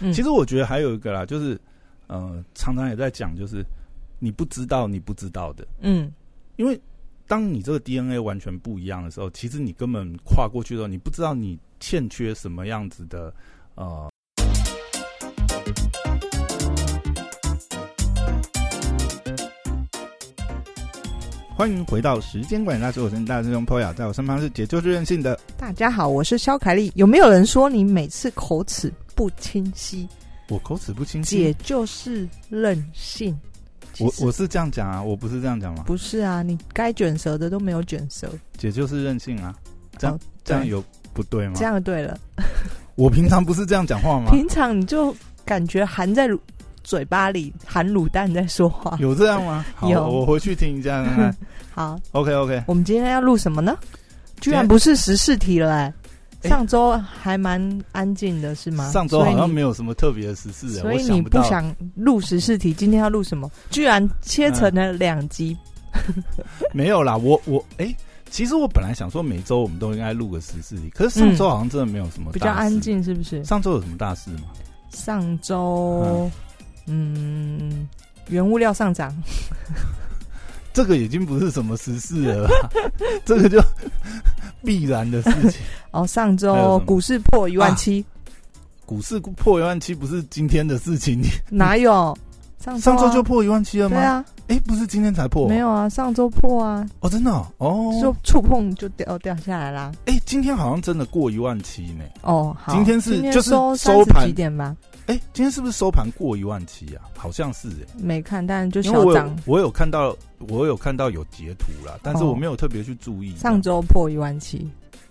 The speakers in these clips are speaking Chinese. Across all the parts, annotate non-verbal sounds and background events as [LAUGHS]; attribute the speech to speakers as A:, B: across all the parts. A: 嗯
B: 其实我觉得还有一个啦，就是呃，常常也在讲，就是你不知道你不知道的，
A: 嗯
B: 因为当你这个 DNA 完全不一样的时候，其实你根本跨过去的时候，你不知道你欠缺什么样子的呃。欢迎回到时间管理大师，我是大师兄 Poya，在我身旁是解救最任性的，
A: 大家好，我是肖凯丽。有没有人说你每次口齿不清晰？
B: 我口齿不清晰
A: 姐，就是任性。
B: 我
A: 其实
B: 嗯我是这样讲啊，我嗯不是这样讲吗？
A: 不是啊，你该卷舌的都没有卷舌，
B: 姐就是任性啊，这样、
A: 哦
B: 这样
A: 对
B: 有不对吗？
A: 这样对了。
B: 我平常不是这样讲话吗？
A: 平常你就感觉含在乳嘴巴里含卤蛋在说话。
B: 有这样
A: [LAUGHS]
B: 吗？好，
A: 有
B: 我回去听一
A: [LAUGHS]
B: 下看看。
A: 好，
B: OK OK，
A: 我们今天要录什么呢？居
B: 今
A: 然
B: 天
A: 不是十四题了、欸，
B: 哎
A: 上周还蛮安静的，是吗？
B: 上周好
A: 所以
B: 像
A: 你
B: 没有什么特别的时事，啊
A: 所以
B: 我
A: 你
B: 想
A: 不
B: 到。
A: 想录十四题，今天要录什么？居然切成了两集，
B: 没有啦，我我哎、其实我本来想说每周我们都应该录个时事题，可是上周好像真的没有什么、大
A: 嗯比较安
B: 事。
A: 静，是不是？
B: 上周有什么大事吗？
A: 上
B: 啊
A: 周，嗯，原物料上涨，
B: 这个已经不是什么时事了吧， [LAUGHS] 这个就必然的事
A: [LAUGHS]
B: 情。
A: 哦，上
B: 还有
A: 周
B: 什么
A: 股市破一万七，
B: 股市破一万七不是今天的事情，你
A: 哪有？
B: 啊
A: 上周啊
B: 嗯上周就破一万七了
A: 对
B: 吗？
A: 啊，
B: 哎、不是今天才破，
A: 没有啊，上周破啊，
B: 哦，真的哦，
A: 就
B: 哦
A: 触碰就掉掉下来啦。
B: 哎、今天好像真的过一万七呢。
A: 哦，好，
B: 今天是就是
A: 收
B: 收
A: 30
B: 盘
A: 几点吧？
B: 哎、今天是不是收盘过一万七啊？好像是哎、
A: 没看，但就
B: 因为我
A: 小
B: 有
A: 涨。
B: 我有看到我有看到有截图啦，但是
A: 哦
B: 我没有特别去注意。
A: 上周破一万七，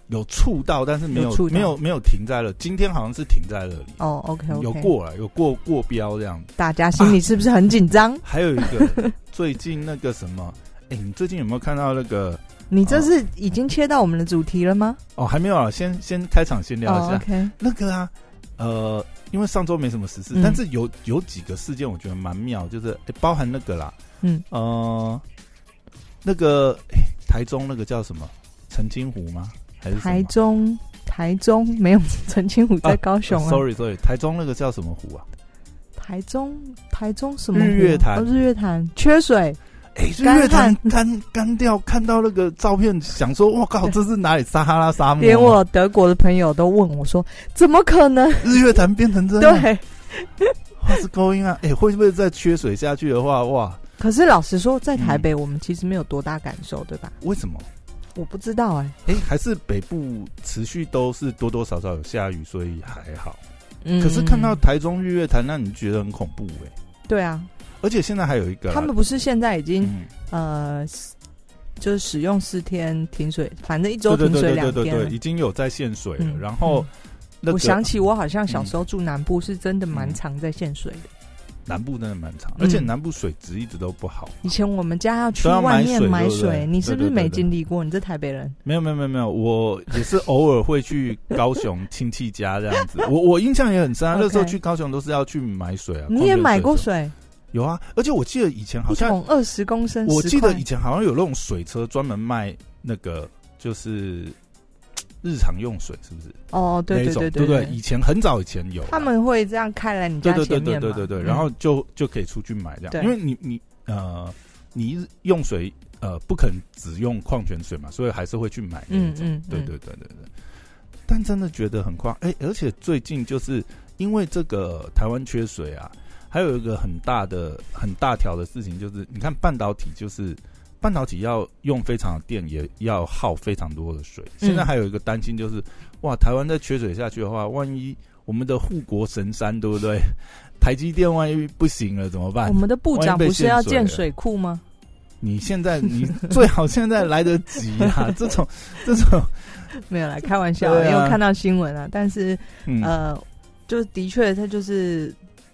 B: 有触到，但是没有
A: 有触到
B: 没有没有停在了，今天好像是停在那里。
A: 哦，OK OK，
B: 有过了，有过过标这样。
A: 大家心里是不是很紧张？
B: 还有一
A: [LAUGHS]
B: 个最近那个什么，哎、你最近有没有看到那个？
A: 你这是已经切到我们的主题了吗？
B: 哦，还没有啊，先先开场先聊一
A: 哦
B: 下、
A: ，OK，
B: 那个啊，呃，因为上周没什么实事，
A: 嗯
B: 但是有有几个事件我觉得蛮妙，就是、诶包含那个啦，
A: 嗯，
B: 呃，那个、诶台中那个叫什么澄清湖吗？还是什么
A: 台中，台中没有澄清湖在高雄啊。
B: ？Sorry Sorry，台中那个叫什么湖啊？
A: 台中，台中什么湖？
B: 日月潭
A: 哦日月潭缺水，
B: 哎、日
A: 干
B: 月潭
A: 旱
B: 干干掉，看到那个照片，想说我靠，这是哪里撒啊哈拉沙漠？
A: 连我德国的朋友都问我说：“怎么可能
B: 日月潭变成？”这样，
A: 对，
B: 哇，是勾音啊！哎、会不会再缺水下去的话，哇，
A: 可是老实说，在台
B: 嗯
A: 北我们其实没有多大感受，对吧？
B: 为什么？
A: 我不知道哎，
B: 哎、还是北部持续都是多多少少有下雨，所以还好。
A: 嗯
B: 可是看到台中日月潭，那你觉得很恐怖哎、
A: 对啊，
B: 而且现在还有一个啦，啊
A: 他们不是现在已经
B: 嗯，
A: 呃，就是使用四天停水，反正一周
B: 对对
A: 停
B: 对
A: 水
B: 对
A: 两
B: 对对
A: 天了
B: 对，已。经有在限水了。
A: 嗯
B: 然后
A: 嗯
B: 那
A: 我
B: 个嗯
A: 想起我好像小时候住南部，是真的蛮常在限水的。
B: 南部真的蛮长，
A: 嗯
B: 而且南部水质一直都不好。
A: 以前我们家要去
B: 都要买
A: 外面
B: 水
A: 买
B: 对不对
A: 水，你是不
B: 对对
A: 是
B: 对
A: 没
B: 对
A: 经历过？你这台北人，
B: 没有没有没有没有，我也是偶尔会去高雄亲戚家这样
A: [LAUGHS]
B: 子。我我印象也很深啊，
A: OK
B: 那时候去高雄都是要去买水啊。
A: 你也
B: 矿泉
A: 买过
B: 什么？
A: 水，
B: 有啊，而且我记得以前好
A: 一
B: 像，
A: 桶二十公升，
B: 我
A: 10
B: 记得
A: 块
B: 以前好像有那种水车专门卖那个就是日常用水，是不是？
A: 哦，对
B: 那
A: 对
B: 一种
A: 对
B: 对不
A: 对，
B: 以前很早以前有啊
A: 他们会这样开来你
B: 对
A: 家
B: 对对
A: 前
B: 对
A: 面
B: 对
A: 嘛
B: 对对，
A: 嗯
B: 然后就就可以出去买这样，
A: 对
B: 因为你你呃，你用水呃不肯只用矿泉水嘛，所以还是会去买那
A: 嗯
B: 种。
A: 嗯，
B: 对
A: 嗯
B: 对对对对。但真的觉得很夸，哎、而且最近就是因为这个台湾缺水啊，还有一个很大的很大条的事情就是，你看半导体就是。半导体要用非常的电，也要耗非常多的水。
A: 嗯
B: 现在还有一个担心就是，哇，台湾再缺水下去的话，万一我们的护国神山，对不对？ [LAUGHS] 台积电万一不行了怎么办
A: 嗯我？们的部长
B: 万一被
A: 不是要
B: 限水了
A: 建水库吗？
B: 你现在你最好现在来得及
A: [LAUGHS]
B: 啊！这种这种，
A: 没有啦，开玩笑，因
B: 对啊
A: 为我看到新闻啊，但是
B: 嗯，
A: 呃，就的确，它就是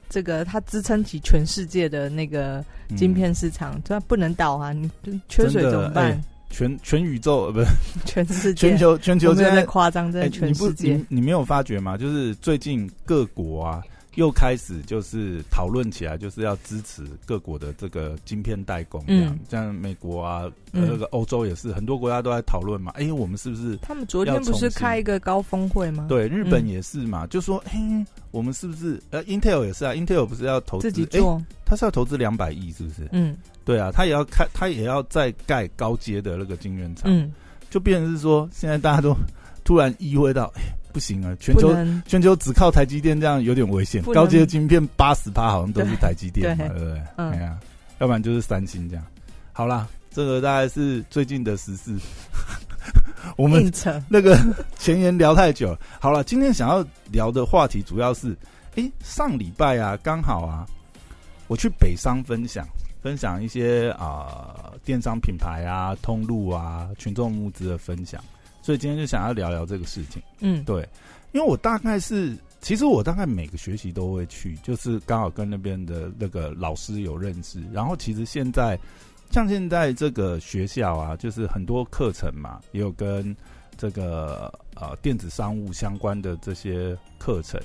A: 这个，它支撑起全世界的那个
B: 嗯
A: 晶片市场，它不能倒啊！你就缺水
B: 真的
A: 怎么办？
B: 哎全全宇宙呃不是
A: 全世界，
B: 全球全 [LAUGHS]
A: 我
B: 球
A: 没
B: 现
A: 有在
B: 在，
A: 夸张，真
B: 哎
A: 的全世界
B: 你不你你没有发觉吗？就是最近各国啊，又开始就是讨论起来，就是要支持各国的这个晶片代工，这样
A: 嗯，
B: 像美国啊，
A: 嗯嗯
B: 呃那个欧洲也是，很多国家都在讨论嘛，哎、我们是不是
A: 他们昨天
B: 要
A: 不
B: 重
A: 是
B: 新
A: 开一个高峰会吗？，
B: 对，日本
A: 嗯
B: 也是嘛，就说，嘿，我们是不是呃，Intel 也是啊，Intel 不是要投资
A: 自己，
B: 诶
A: 做，
B: 他是要投资两百亿，是不是？
A: 嗯
B: 对啊，他也要开，他也要再盖高阶的那个晶圆厂，
A: 嗯，
B: 就变成是说，现在大家都突然意会到，哎，不行啊，全
A: 不
B: 球
A: 能嗯
B: 全球只靠台积电这样有点危险，
A: 不能
B: 高阶晶片八十趴好像都是台积电嘛，
A: 对
B: 对不对？
A: 嗯
B: 哎呀，要不然就是三星这样。好啦，这个大概是最近的时事， [LAUGHS] 我们
A: 硬扯，
B: 那个前言聊太久了。好了，今天想要聊的话题主要是，诶，上礼拜啊，刚好啊，我去北商分享分享一些啊、电商品牌啊、通路啊、群众募资的分享，所以今天就想要聊聊这个事情。
A: 嗯
B: 对，因为我大概是，其实我大概每个学期都会去，就是刚好跟那边的那个老师有认识。然后其实现在，像现在这个学校啊，就是很多课程嘛，也有跟这个呃电子商务相关的这些课程，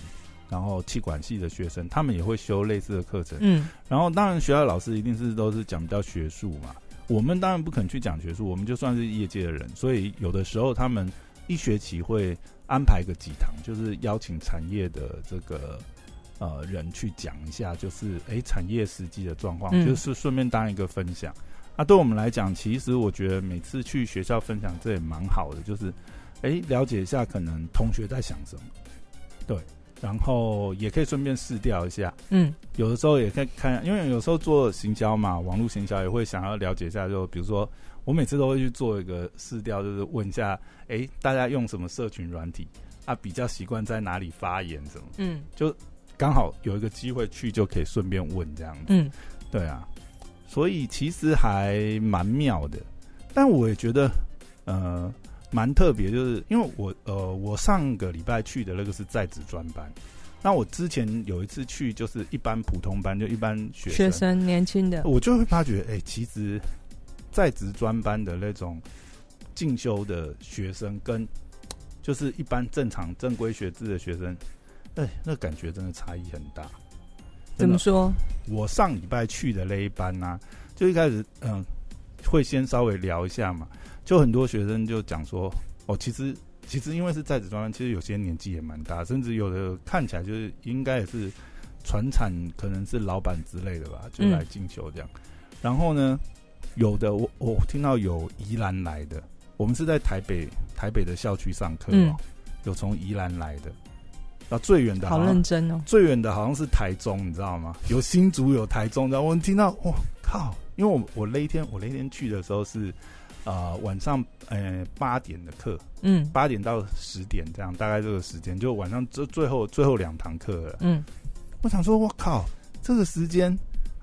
B: 然后气管系的学生他们也会修类似的课程。
A: 嗯
B: 然后当然学校老师一定是都是讲比较学术嘛，我们当然不肯去讲学术，我们就算是业界的人，所以有的时候他们一学期会安排个几堂，就是邀请产业的这个呃人去讲一下，就是诶产业实际的状况，
A: 嗯
B: 就是顺便当一个分享。啊，对我们来讲，其实我觉得每次去学校分享这也蛮好的，就是诶了解一下可能同学在想什么，对，然后也可以顺便试调一下。
A: 嗯
B: 有的时候也可以看，因为有时候做行销嘛，网络行销也会想要了解一下，就比如说我每次都会去做一个试调，就是问一下，诶，大家用什么社群软体啊，比较习惯在哪里发言什么，
A: 嗯
B: 刚好有一个机会去就可以顺便问这样子，
A: 嗯，
B: 对啊，所以其实还蛮妙的，但我也觉得呃蛮特别，就是因为我呃我上个礼拜去的那个是在职专班。那我之前有一次去，就是一般普通班，就一般学
A: 学生年轻的，
B: 我就会发觉，哎、其实在职专班的那种进修的学生，跟就是一般正常正规学制的学生，哎、那感觉真的差异很大。
A: 怎
B: 真的
A: 么，说？
B: 我上礼拜去的那一班呢、就一开始嗯，会先稍微聊一下嘛，就很多学生就讲说，哦，其实其实因为是在职专班，其实有些年纪也蛮大，甚至有的看起来就是应该也是船产，可能是老板之类的吧，就来进修这样。然后呢，有的我我听到有宜兰来的，我们是在台北台北的校区上课、哦，
A: 嗯
B: 有从宜兰来的，那最远的
A: 好
B: 像
A: 认真哦，
B: 最远的好像是台中，你知道吗？有新竹，有台中，然后我听到，哇靠！因为我我那一天我那一天去的时候是，呃，晚上呃八点的课，
A: 嗯
B: 八点到十点这样，大概这个时间，就晚上这最后最后两堂课了。
A: 嗯
B: 我想说，我靠，这个时间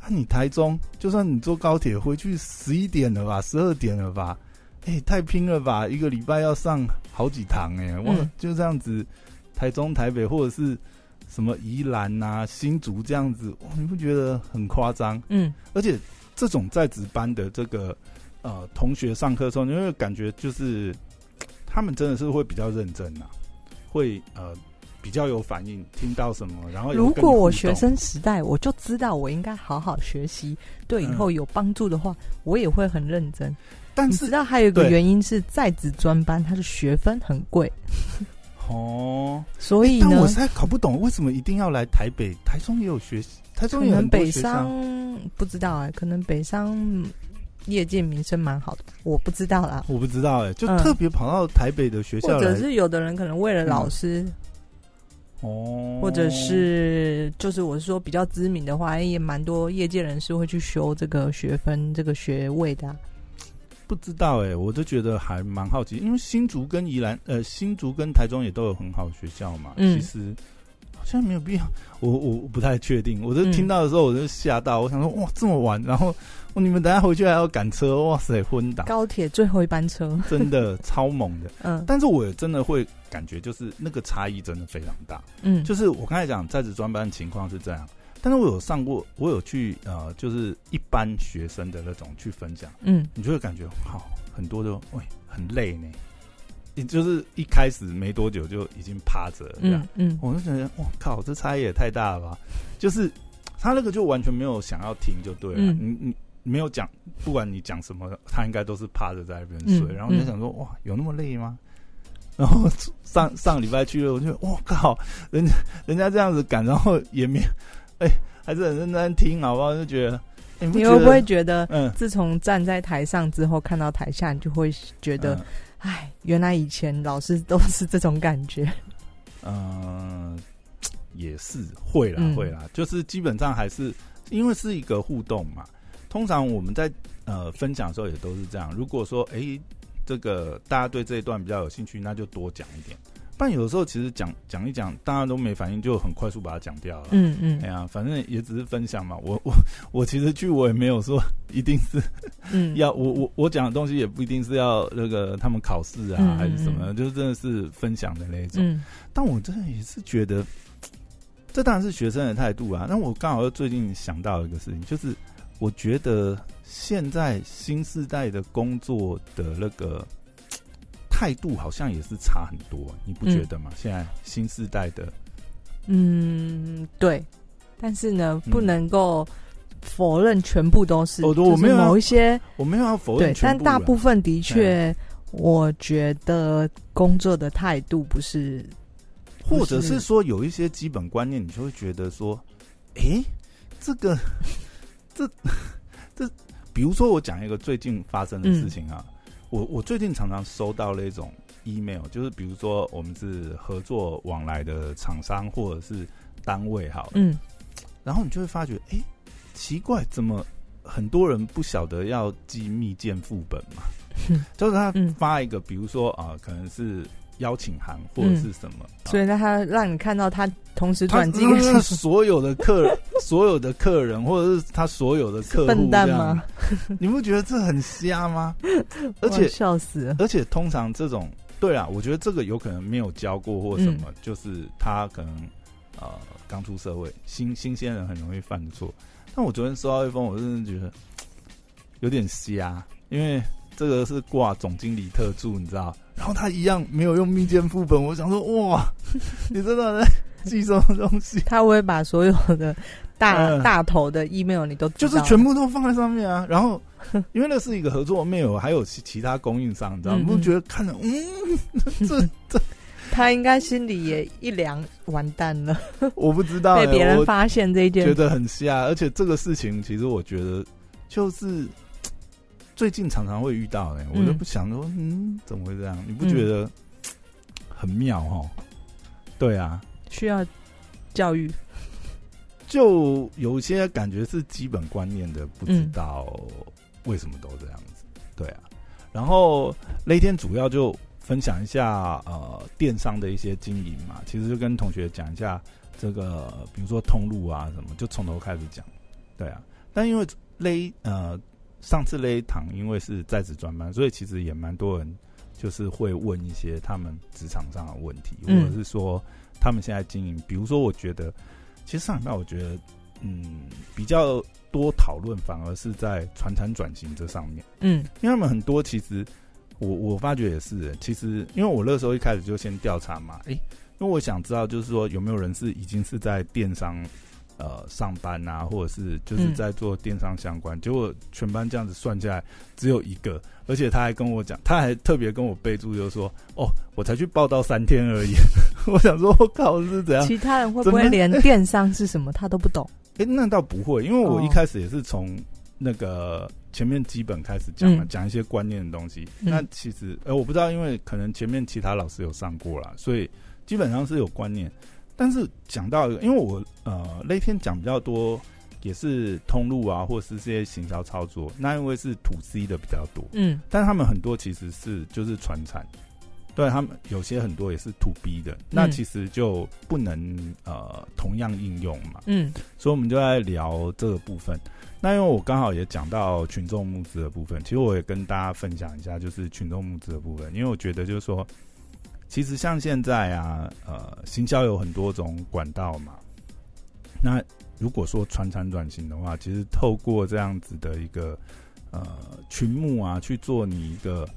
B: 啊，你台中就算你坐高铁回去十一点了吧，十二点了吧，哎、太拼了吧，一个礼拜要上好几堂哎、我、
A: 嗯
B: 就这样子，台中、台北或者是什么宜兰呐、新竹这样子，哇，你不觉得很夸张？
A: 嗯
B: 而且这种在职班的这个呃同学上课的时候，你会感觉就是嘖他们真的是会比较认真啊，会呃比较有反应，听到什么，然后也会
A: 如
B: 哦跟你
A: 果我
B: 互
A: 学
B: 动
A: 生时代我就知道我应该好好学习，对以后有帮助的话，我也会很认真。
B: 嗯但
A: 你
B: 是
A: 知道还有一个
B: 对
A: 原因是在职专班，它的学分很贵，
B: 哦，
A: 所以
B: 但
A: 呢
B: 我，实在搞不懂为什么一定要来台北，台中也有学，台
A: 可
B: 中也有
A: 能
B: 很多
A: 北
B: 学
A: 商
B: 生。
A: 不知道哎、可能北商业界名声蛮好的，我不知道啦。
B: 我不知道哎、就
A: 嗯
B: 特别跑到台北的学校
A: 或者
B: 来，嗯
A: 是有的人可能为了老师，
B: 哦，
A: 或者是就是我是说比较知名的话，哎也蛮多业界人士会去修这个学分、这个学位的啊、
B: 不知道哎、我就觉得还蛮好奇，因为新竹跟宜兰，呃，新竹跟台中也都有很好的学校嘛。
A: 嗯
B: 其实好像没有必要，我 [LAUGHS] 我我不太确定。我就
A: 嗯
B: 听到的时候，我就吓到，我想说哇这么晚，然后哇你们等下回去还要赶车，哇塞昏倒，
A: 高铁最后一班车，
B: 真的超猛的。 [LAUGHS]
A: 嗯
B: 但是我也真的会感觉，就是那个差异真的非常大。
A: 嗯，
B: 就是我刚才讲在职专班的情况是这样，但是我有上过，我有去呃，就是一般学生的那种去分享。
A: 嗯
B: 你就会感觉好很多都喂很累呢，也就是一开始没多久就已经趴着了这样，
A: 嗯嗯
B: 啊我就觉得哇靠，这差异也太大了吧！就是他那个就完全没有想要听就对了，
A: 嗯
B: 你你没有讲，不管你讲什么，他应该都是趴着在那边睡，
A: 嗯
B: 然后你就想说哇，有那么累吗？然后上上礼拜去了，我就我靠，人家人家这样子赶，然后也没哎、还是很认真听，好不好？就觉得、哎
A: 你
B: 觉
A: 会
B: 得
A: 不会觉得，
B: 嗯
A: 自从站在台上之后，看到台下，你就会觉得，
B: 嗯
A: 哎、原来以前老师都是这种感觉。 [LAUGHS]
B: 嗯，也是会啦，
A: 嗯
B: 会啦，就是基本上还是因为是一个互动嘛。通常我们在呃分享的时候也都是这样。如果说哎、诶这个大家对这一段比较有兴趣，那就多讲一点。但有的时候其实讲讲一讲，大家都没反应，就很快速把它讲掉了。
A: 嗯嗯
B: 哎呀，反正也只是分享嘛。我我我其实去我也没有说 [LAUGHS] 一定是
A: 嗯，
B: 要我我我讲的东西也不一定是要那个他们考试啊、
A: 嗯
B: 还是什么，就真的是分享的那一种。
A: 嗯
B: 但我真的也是觉得，这当然是学生的态度啊。那我刚好又最近想到一个事情，就是我觉得现在新时代的工作的那个态度好像也是差很多，啊你不觉得吗？现在新时代的，
A: 嗯，对。但是呢，
B: 嗯
A: 不能够否认全部都是，
B: 哦对
A: 就是
B: 我没有要
A: 某一些
B: 我没有要否认
A: 对，
B: 全
A: 但
B: 部啊啦，啊
A: 大部分的确，我觉得工作的态度不是，
B: 或者是说有一些基本观念，你就会觉得说，诶、这个，这这，比如说我讲一个最近发生的
A: 嗯
B: 事情啊，我我最近常常收到那种 email，就是比如说我们是合作往来的厂商或者是单位好了，
A: 嗯
B: 然后你就会发觉，诶、奇怪，怎么很多人不晓得要寄密件副本嘛？就是他
A: 嗯
B: 发一个，比如说啊、可能是邀请函或
A: 嗯
B: 者是什么，啊
A: 所以他让你看到他同时
B: 他
A: 转机
B: [LAUGHS]
A: 的
B: 他所有的
A: [LAUGHS]
B: 客所有的客人，或者是他所有的客户
A: 笨
B: 这
A: 蛋
B: 样
A: 吗，？
B: 你不觉得这很瞎
A: [LAUGHS]
B: 吗？而
A: 我
B: 且
A: 笑死了，
B: 而且通常这种，对啊，我觉得这个有可能没有教过或什
A: 嗯
B: 么，就是他可能呃刚出社会，新新鲜人很容易犯的错。但我昨天收到一封，我真的觉得有点瞎，因为这个是挂总经理特助，你知道，然后他一样没有用密件副本，我想说
A: [LAUGHS]
B: 哇，你真的在记什么东西？
A: 他会把所有的大、
B: 嗯
A: 大头的 email 你都知
B: 就
A: 道
B: 是全部都放在上面啊。然
A: [LAUGHS]
B: 后因为那是一个合作 mail，还有其其他供应商，你知道吗？
A: 嗯嗯
B: 我觉得看着，嗯，这
A: 他应该心里也一凉，完蛋了，
B: 我不知道、
A: 被
B: 欸，
A: 别人
B: 我
A: 发现这一件
B: 觉，得很瞎。而且这个事情，其实我觉得就是最近常常会遇到、欸，我
A: 嗯
B: 都不想说，嗯，怎么会这样？你不
A: 嗯
B: 觉得很妙哦？对啊，
A: 需要教育，
B: 就有些感觉是基本观念的，不知道为什么都这样子。对啊，然后那天主要就分享一下呃电商的一些经营嘛，其实就跟同学讲一下这个，比如说通路啊什么，就从头开始讲。对啊，但因为勒呃上次勒一堂因为是在职专班，所以其实也蛮多人就是会问一些他们职场上的问题，
A: 嗯
B: 或者是说他们现在经营，比如说我觉得其实上礼拜我觉得嗯比较多讨论反而是在传产转型这上面。
A: 嗯
B: 因为他们很多其实我我发觉也是，欸其实因为我那时候一开始就先调查嘛，诶、因为我想知道就是说有没有人是已经是在电商呃上班啊，或者是就是在做电商相关，结果全班这样子算下来只有一个，而且他还跟我讲，他还特别跟我备注就说，哦，我才去报道三天而已， [LAUGHS] 我想说我靠是怎样？
A: 其他人会不
B: 怎么
A: 会连电商是什么他都不懂？
B: 哎、那倒不会，因为我一
A: 哦
B: 开始也是从那个前面基本开始讲嘛，
A: 嗯
B: 讲、一些观念的东西。
A: 嗯
B: 那其实，呃，我不知道，因为可能前面其他老师有上过啦，所以基本上是有观念。但是讲到，因为我呃那天讲比较多，也是通路啊，或是这些行销操作。那因为是土 C 的比较多，
A: [LAUGHS] 嗯
B: 但他们很多其实是就是传产，对他们有些很多也是土 B 的，那
A: 嗯
B: 其实就不能呃同样应用嘛。
A: 嗯
B: 所以我们就在聊这个部分。那因为我刚好也讲到群众募资的部分，其实我也跟大家分享一下，就是群众募资的部分，因为我觉得就是说，其实像现在啊，呃，行销有很多种管道嘛。那如果说传产转型的话，其实透过这样子的一个呃群募啊，去做你一个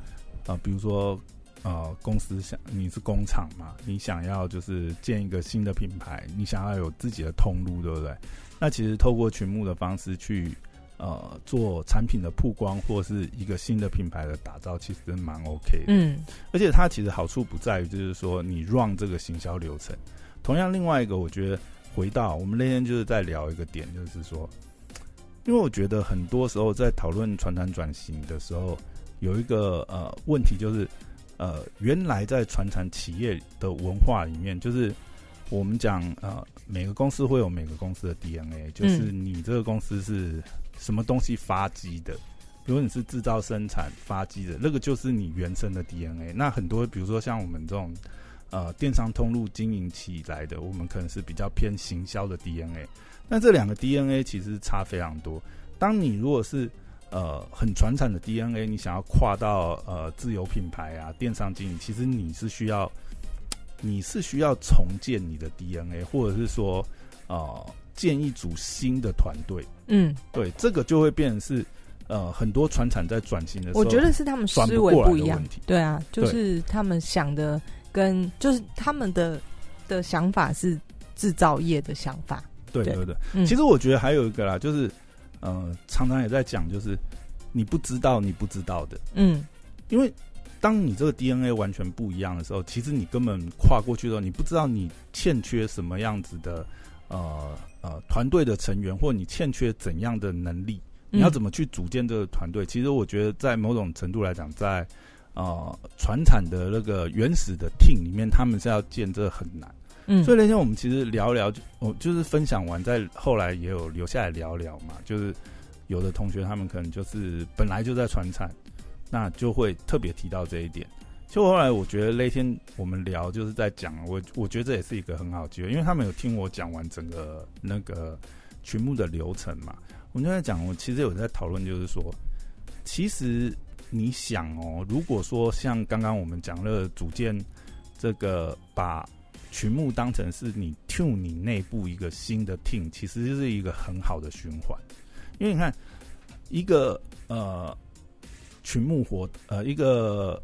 B: 呃，比如说呃公司想你是工厂嘛，你想要就是建一个新的品牌，你想要有自己的通路，对不对？那其实透过群募的方式去呃做产品的曝光或是一个新的品牌的打造，其实蛮 OK 的。
A: 嗯
B: 而且它其实好处不在于就是说你 run 这个行销流程。同样，另外一个我觉得回到我们那天就是在聊一个点，就是说，因为我觉得很多时候在讨论传产转型的时候，有一个呃问题就是，呃，原来在传产企业的文化里面，就是我们讲呃每个公司会有每个公司的 DNA，就是你这个公司是什么东西发迹的。如果你是制造、生产、发机的，那个就是你原生的 DNA。那很多，比如说像我们这种呃电商通路经营起来的，我们可能是比较偏行销的 DNA。那这两个 DNA 其实差非常多。当你如果是呃很传产的 DNA，你想要跨到呃自有品牌啊、电商经营，其实你是需要你是需要重建你的 DNA，或者是说呃建一组新的团队。
A: 嗯，
B: 对，这个就会变成是呃很多船产在转型的时候，
A: 我觉得是他们思
B: 转不
A: 维
B: 过来
A: 不
B: 的
A: 一样
B: 问，题。
A: 对啊，就
B: 对
A: 是他们想的跟就是他们的的想法是制造业的想法，
B: 对
A: 对
B: 对对，
A: 嗯，
B: 其实我觉得还有一个啦，就是呃常常也在讲，就是你不知道你不知道的，
A: 嗯
B: 因为当你这个 DNA 完全不一样的时候，其实你根本跨过去的时候，你不知道你欠缺什么样子的呃呃团队的成员，或你欠缺怎样的能力。你要怎
A: 么
B: 么去组建这个团队？其实我觉得，在某种程度来讲，在呃传产的那个原始的 team 里面，他们是要建这很难。
A: 嗯
B: 所以那天我们其实聊聊，我就是分享完，在后来也有留下来聊聊嘛。就是有的同学他们可能就是本来就在传产，那就会特别提到这一点。就后来我觉得那天我们聊就是在讲，我我觉得这也是一个很好的机会，因为他们有听我讲完整个那个群目的流程嘛。我们就在讲，我其实有在讨论，就是说，其实你想哦，如果说像刚刚我们讲了组建这个把群目当成是你 tune 你内部一个新的 team，其实是一个很好的循环，因为你看一个呃群目活呃一个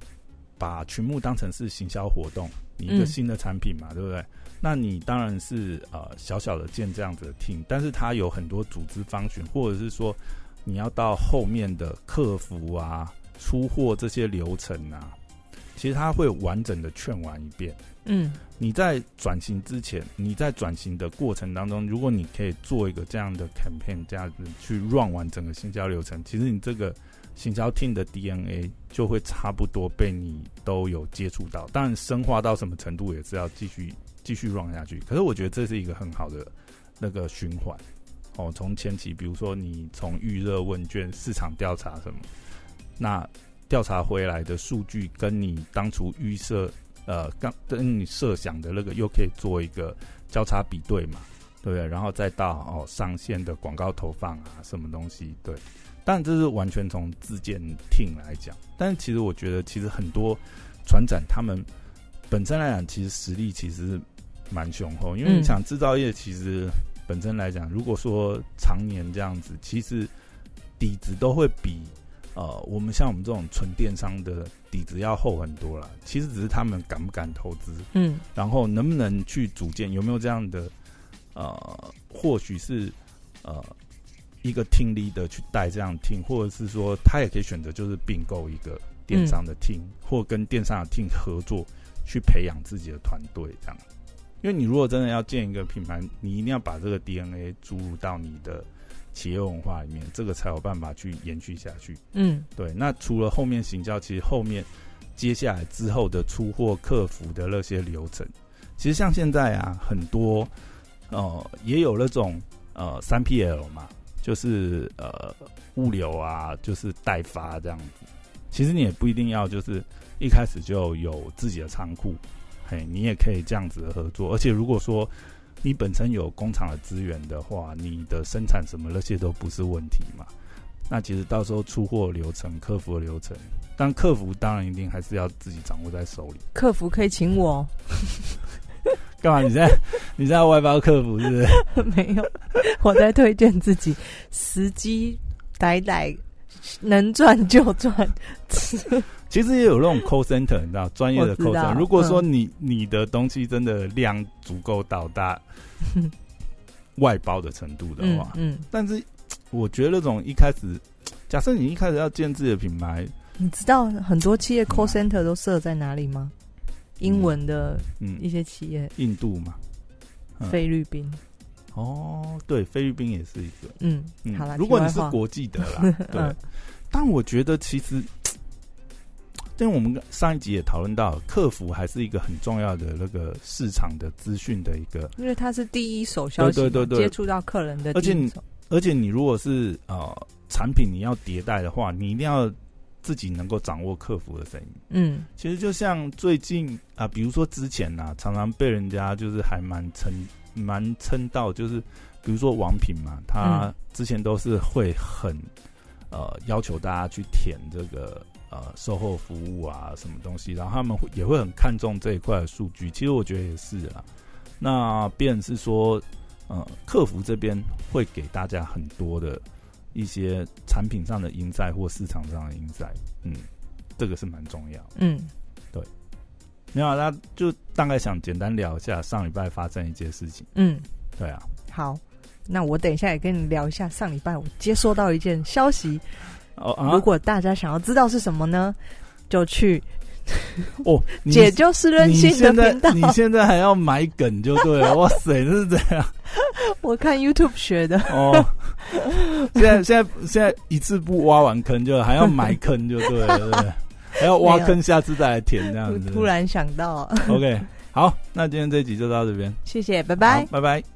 B: 把群目当成是行销活动，你一个
A: 嗯
B: 新的产品嘛，对不对？那你当然是呃小小的建这样子的 team，但是它有很多组织方群，或者是说你要到后面的客服啊、出货这些流程啊，其实它会完整的劝完一遍。
A: 嗯
B: 你在转型之前，你在转型的过程当中，如果你可以做一个这样的 campaign，这样子去 run 完整个行销流程，其实你这个行销 team 的 DNA 就会差不多被你都有接触到。当然，深化到什么程度也是要继续继续 run 下去。可是我觉得这是一个很好的那个循环。哦，从前期，比如说你从预热问卷、市场调查什么，那调查回来的数据跟你当初预设呃，刚跟你设想的那个又可以做一个交叉比对嘛，对不对？然后再到哦上线的广告投放啊，什么东西，对。但这是完全从自建 team 来讲，但其实我觉得，其实很多船展他们本身来讲，其实实力其实蛮雄厚，因为
A: 嗯
B: 你想制造业其实本身来讲，如果说常年这样子，其实底子都会比呃，我们像我们这种纯电商的底子要厚很多啦。其实只是他们敢不敢投资，
A: 嗯
B: 然后能不能去组建，有没有这样的呃，或许是呃一个 team leader 去带这样 team，或者是说他也可以选择就是并购一个电商的 team，、或跟电商的 team 合作去培养自己的团队这样。因为你如果真的要建一个品牌，你一定要把这个 DNA 注入到你的企业文化里面，这个才有办法去延续下去。
A: 嗯
B: 对，那除了后面行销，其实后面接下来之后的出货、客服的那些流程，其实像现在啊，很多呃也有那种呃三 PL 嘛，就是呃物流啊，就是代发这样子。其实你也不一定要就是一开始就有自己的仓库，嘿，你也可以这样子的合作。而且如果说你本身有工厂的资源的话，你的生产什么那些都不是问题嘛。那其实到时候出货流程、客服的流程，但客服当然一定还是要自己掌握在手里。
A: 客服可以请我 [LAUGHS] 哦，
B: 干嘛？你
A: [LAUGHS]
B: 在你在外包客服是不是？
A: 没有， [LAUGHS] 我在推荐自己， [LAUGHS] 时机逮逮，能赚就赚。
B: 其实也有那种 call center，你知道专业的
A: 我知
B: call
A: 道嗯
B: center。如果说你、你的东西真的量足够到
A: [LAUGHS]
B: 达外包的程度的
A: 嗯
B: 话，
A: 嗯，
B: 但是我觉得那种一开始，假设你一开始要建自己的品牌，
A: 你知道很多企业 call center 都设在哪里吗？英文的
B: 嗯，
A: 一些企业，
B: 印度嘛，嗯
A: 菲律宾，
B: 哦，对，菲律宾也是一个，
A: 嗯，
B: 嗯
A: 好啦，
B: 如果你
A: 题
B: 是
A: 外话
B: 国际的
A: [LAUGHS]
B: 啦，对
A: 嗯。
B: 但我觉得其实，因为我们上一集也讨论到，客服还是一个很重要的那个市场的资讯的一个，
A: 因为它是第一手消息嘛，
B: 对对对对
A: 接触到客人的
B: 而
A: 第
B: 且
A: 一
B: 你
A: 手，
B: 而且你如果是呃产品你要迭代的话，你一定要自己能够掌握客服的声音。
A: 嗯
B: 其实就像最近啊，比如说之前呐、常常被人家就是还蛮称蛮称到，就是比如说王品嘛，他
A: 嗯
B: 之前都是会很呃要求大家去填这个呃售后服务啊什么东西，然后他们会也会很看重这一块的数据。其实我觉得也是啊，那便是说，呃，客服这边会给大家很多的一些产品上的音赛或市场上的音赛，嗯，这个是蛮重要的。
A: 嗯，
B: 没有啊，那就大概想简单聊一下上礼拜发生一件事情。
A: 嗯，
B: 对啊，
A: 好。那我等一下也跟你聊一下，上礼拜我接收到一件消息，
B: 哦啊，
A: 如果大家想要知道是什么呢，就去
B: 哦，你
A: 解救是任
B: 你
A: 性的
B: 现在
A: 频道，
B: 你现在还要买梗就对了，哇塞，这
A: [LAUGHS]
B: 是怎样？
A: 我看 YouTube 学的，
B: 哦，现在现在现在一次不挖完坑就还要埋坑就对了，对
A: [LAUGHS]
B: 不对？还要挖
A: 没
B: 坑，下次再来填这样
A: 我
B: 子。
A: 突然想到，
B: ，OK，好，那今天这集就到这边，
A: 谢谢，
B: 好
A: 拜拜。
B: 拜拜。